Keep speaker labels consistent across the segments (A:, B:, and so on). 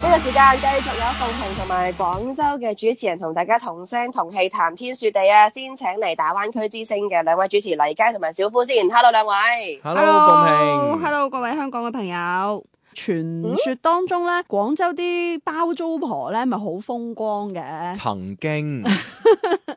A: 嘅時間，繼續有鳳萍同埋廣州嘅主持人同大家同聲同氣談天說地啊！先請嚟大灣區之星嘅兩位主持黎佳同埋小夫先，Hello 兩位。
B: Hello，鳳
C: Hello，
B: 萍嗯
C: hello，各位香港嘅朋友。傳說當中咧，廣州啲包租婆咧咪好風光嘅，
B: 曾 經啊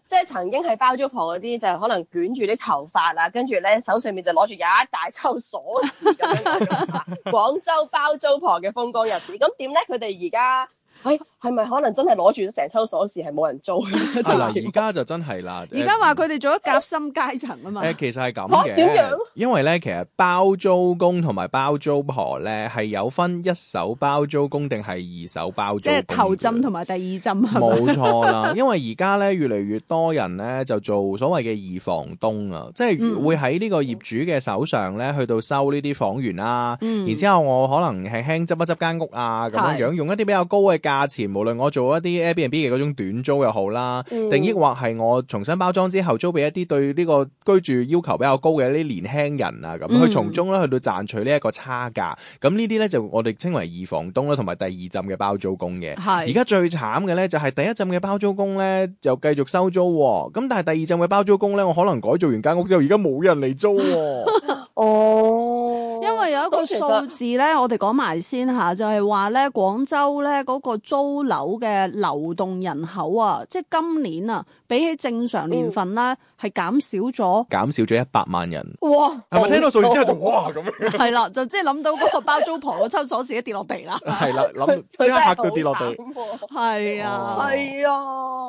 A: 即係曾經係包租婆嗰啲，就可能捲住啲頭髮 啊，跟住咧手上面就攞住有一大抽鎖匙咁樣嘅廣州包租婆嘅風光日子。咁點咧？佢哋而 家，喂、哎係咪可能真係攞住成抽鎖匙係冇人租 嘅？
B: 係啦，而家就真係啦。
C: 而家話佢哋做咗夾心階層啊嘛，
B: 誒，其實係咁
A: 嚇點
B: 嘅
A: 樣，
B: 因為咧，其實包租公同埋包租婆咧係有分一手包租公定係二手包租
C: 即
B: 公嘅。
C: 係頭針同埋第二啊針係咪？
B: 冇錯 啦，因為而家咧越嚟越多人咧就做所謂嘅二房東啊，即係
C: 嗯
B: 會喺呢個業主嘅手上咧去到收呢啲房源啊啦。
C: 嗯
B: 然之後我可能輕輕執一執間屋啊，咁樣
C: 係
B: 樣用一啲比較高嘅價錢，無論我做一啲 Airbnb 嘅嗰種短租又好啦，
A: 嗯
B: 定抑或係我重新包裝之後租俾一啲對呢個居住要求比較高嘅呢啲年輕人啊，咁
C: 嗯
B: 去從中咧去到賺取呢一個差價。咁呢啲咧就我哋稱為二房東啦，同埋第二浸嘅包租公嘅。
C: 係
B: 而家最慘嘅咧，就係第一浸嘅包租公咧，又繼續收租喎。咁但係第二浸嘅包租公咧，我可能改造完間屋之後，而家冇人嚟租 喎。，
A: 哦，
C: 因為有一個
A: 咁其實
C: 數字咧，我哋講埋先嚇，就係話咧廣州咧嗰個租樓嘅流動人口啊，即係今年啊，比起正常年份咧係減少 咗
B: 減少咗一百萬人。
A: 哇，
B: 係咪聽到數字之後就
A: 好
B: 哇咁樣？
C: 係啦，就即係諗到嗰個包租婆嗰抽鎖匙一跌落地啦，
B: 係啦，諗
A: 佢
B: 即刻
A: 真係
B: 嚇到跌落地。
A: 好慘喎
C: 係
B: 哦
C: 啊，
A: 係啊，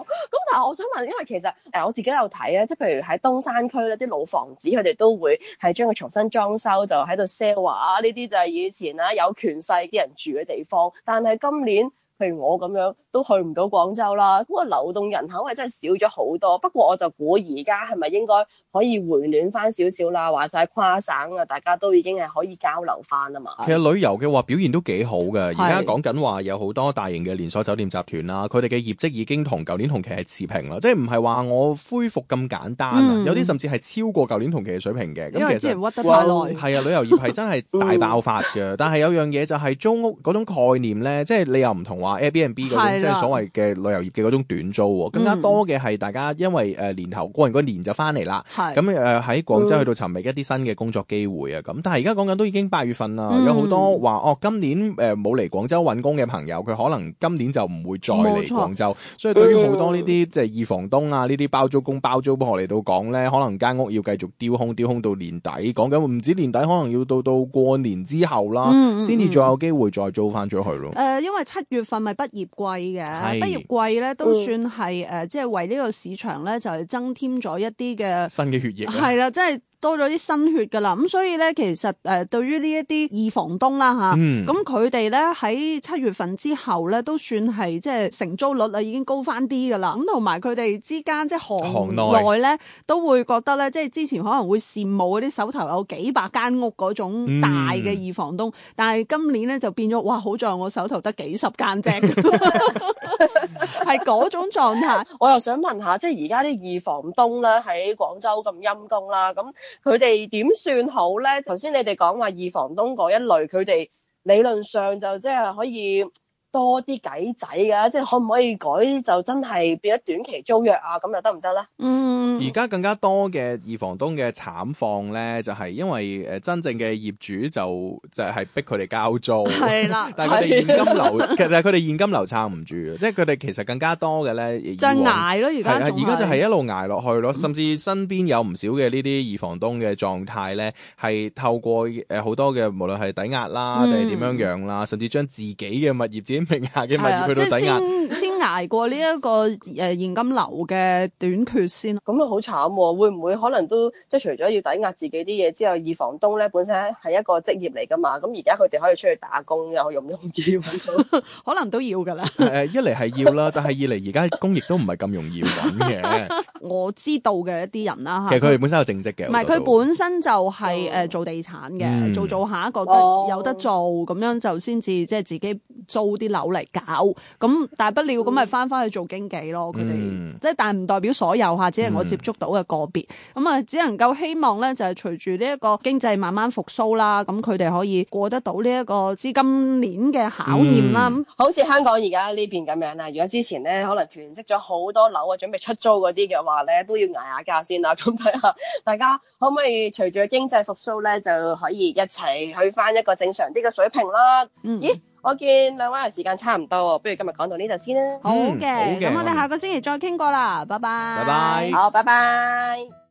A: 咁但係我想問，因為其實誒、呃我自己有睇咧，即係譬如喺東山區咧，啲老房子佢哋都會係將佢重新裝修，就喺度 sell 話啊，呢啲就係以前啊有權勢啲人住嘅地方，但係今年。譬如我咁樣都去唔到廣州啦，啊嗰、個流動人口係真係少咗好多。不過我就估而家係咪應該可以回暖翻少少啦？話晒跨省啊，大家都已經係可以交流翻啊嘛。
B: 其實旅遊嘅話表現都幾好嘅，而家
C: 係
B: 講緊話有好多大型嘅連鎖酒店集團啦，佢哋嘅業績已經同舊年同期係持平啦，即係唔係話我恢復咁簡單啊，
C: 嗯
B: 有啲甚至係超過舊年同期嘅水平嘅。
C: 因為
B: 咁
C: 之
B: 其實
C: 前屈得太
A: 哇
C: 耐。
B: 係啊，旅遊業係真係大爆發 嘅，但係有樣嘢就係租屋嗰種概念咧，即係你又唔同話 Airbnb 嗰種，
C: 係啦嗯
B: 即係所謂嘅旅遊業嘅嗰種短租喎，更加多嘅係大家因為誒、呃年頭過完個年就翻嚟啦。
C: 係嗯
B: 咁誒喺廣州去到尋覓一啲新嘅工作機會啊，咁但係而家講緊都已經八月份啦，
C: 嗯
B: 有好多話哦，今年誒冇嚟廣州揾工嘅朋友，佢可能今年就唔會再嚟
C: 冇錯
B: 廣州，所以對於好多呢啲即係二房東啊，呢啲包租公、包租婆嚟到講呢，可能間屋要繼續丟空，丟空到年底，講緊唔止年底，可能要到到過年之後啦
C: 嗯，嗯
B: 先至再有機會再租翻出去咯
C: 誒、。因為七月份咪畢業季
B: 係
C: 嘅，畢業季咧都算係誒、即係為呢個市場咧就係增添咗一啲嘅
B: 新嘅血液啊，
C: 係啦，即係多咗啲新血㗎啦。咁所以咧，其實誒、對於呢一啲二房東啦吓，
B: 嗯
C: 咁佢哋咧喺七月份之後咧都算係即係承租率啊已經高翻啲㗎啦。咁同埋佢哋之間即係
B: 行
C: 行
B: 內
C: 內咧都會覺得咧，即係之前可能會羨慕嗰啲手頭有幾百間屋嗰種
B: 嗯
C: 大嘅二房東。但係今年咧就變咗，哇！好在我手頭得幾十間啫，係嗰種狀態。
A: 我又想問下，即係而家啲二房東咧喺廣州咁陰公啦，咁佢哋點算好咧？頭先你哋講話二房東嗰一類，佢哋理論上就即係可以多啲計仔㗎，即係可唔可以改就真係變咗短期租約啊？咁又得唔得咧？
C: 嗯，
B: 而家更加多嘅二房東嘅慘況咧，就係、因為誒真正嘅業主就就係、逼佢哋交租。
C: 係啦，
B: 但係佢哋
A: 係
B: 現金流，其實佢哋現金流撐唔住嘅，即係佢哋其實更加多嘅咧，
C: 就係
B: 以往
C: 捱咯，而
B: 係啊
C: 家仲
B: 而家就係一路捱落去咯，甚至身邊有唔少嘅呢啲二房東嘅狀態咧，係透過誒好多嘅無論係抵押啦，
C: 嗯
B: 定係點樣樣啦，甚至將自己嘅物業、自己名下嘅物
C: 係
B: 業
C: 啊，
B: 去
C: 即
B: 到
C: 係
B: 抵押。
C: 先先捱過呢一個誒現金流嘅短缺先。
A: 咁啊好慘喎！會唔會可能都即係除咗要抵押自己啲嘢之後，二房東咧本身係一個職業嚟㗎嘛？咁而家佢哋可以出去打工，又容唔容易揾到？
C: 可能都要㗎啦。
B: 誒一嚟係要啦，但係二嚟而家工亦都唔係咁容易揾嘅。
C: 我知道嘅一啲人啦
B: 其
C: 嚇，
B: 實佢哋本身有正職嘅，
C: 啊唔係
B: 好多都
C: 佢本身就係
A: 哦
C: 誒做地產
B: 嗯
C: 嘅，做做下覺
A: 哦
C: 得有得做，咁樣就先至即係自己租啲樓嚟搞。咁大不了咁咪翻翻去做經紀咯。佢哋
B: 嗯
C: 即係但係唔代表所有嚇，只係我接觸到嘅個別。咁啊，只能夠希望咧，就係隨住呢一個經濟慢慢復甦啦，咁佢哋可以過得到呢一個資金鏈嘅考驗啦。咁
A: 好似香港而家呢邊咁樣啦，如果之前咧可能囤積咗好多樓啊，準備出租嗰啲嘅話咧，都要捱下價先啦。 咁睇下大家可唔可以隨住經濟復甦咧，就可以一齊去翻一個正常啲嘅水平啦。
C: 嗯
A: 咦我見兩位嘅時間差唔多喎，不如今日講到呢度先啦。
C: 好
B: 嗯好
C: 嘅，
B: 嘅
C: 咁我哋
B: 好
C: 下個星期再傾過啦，拜
B: 拜
C: 拜，
B: 拜
A: 好，拜拜。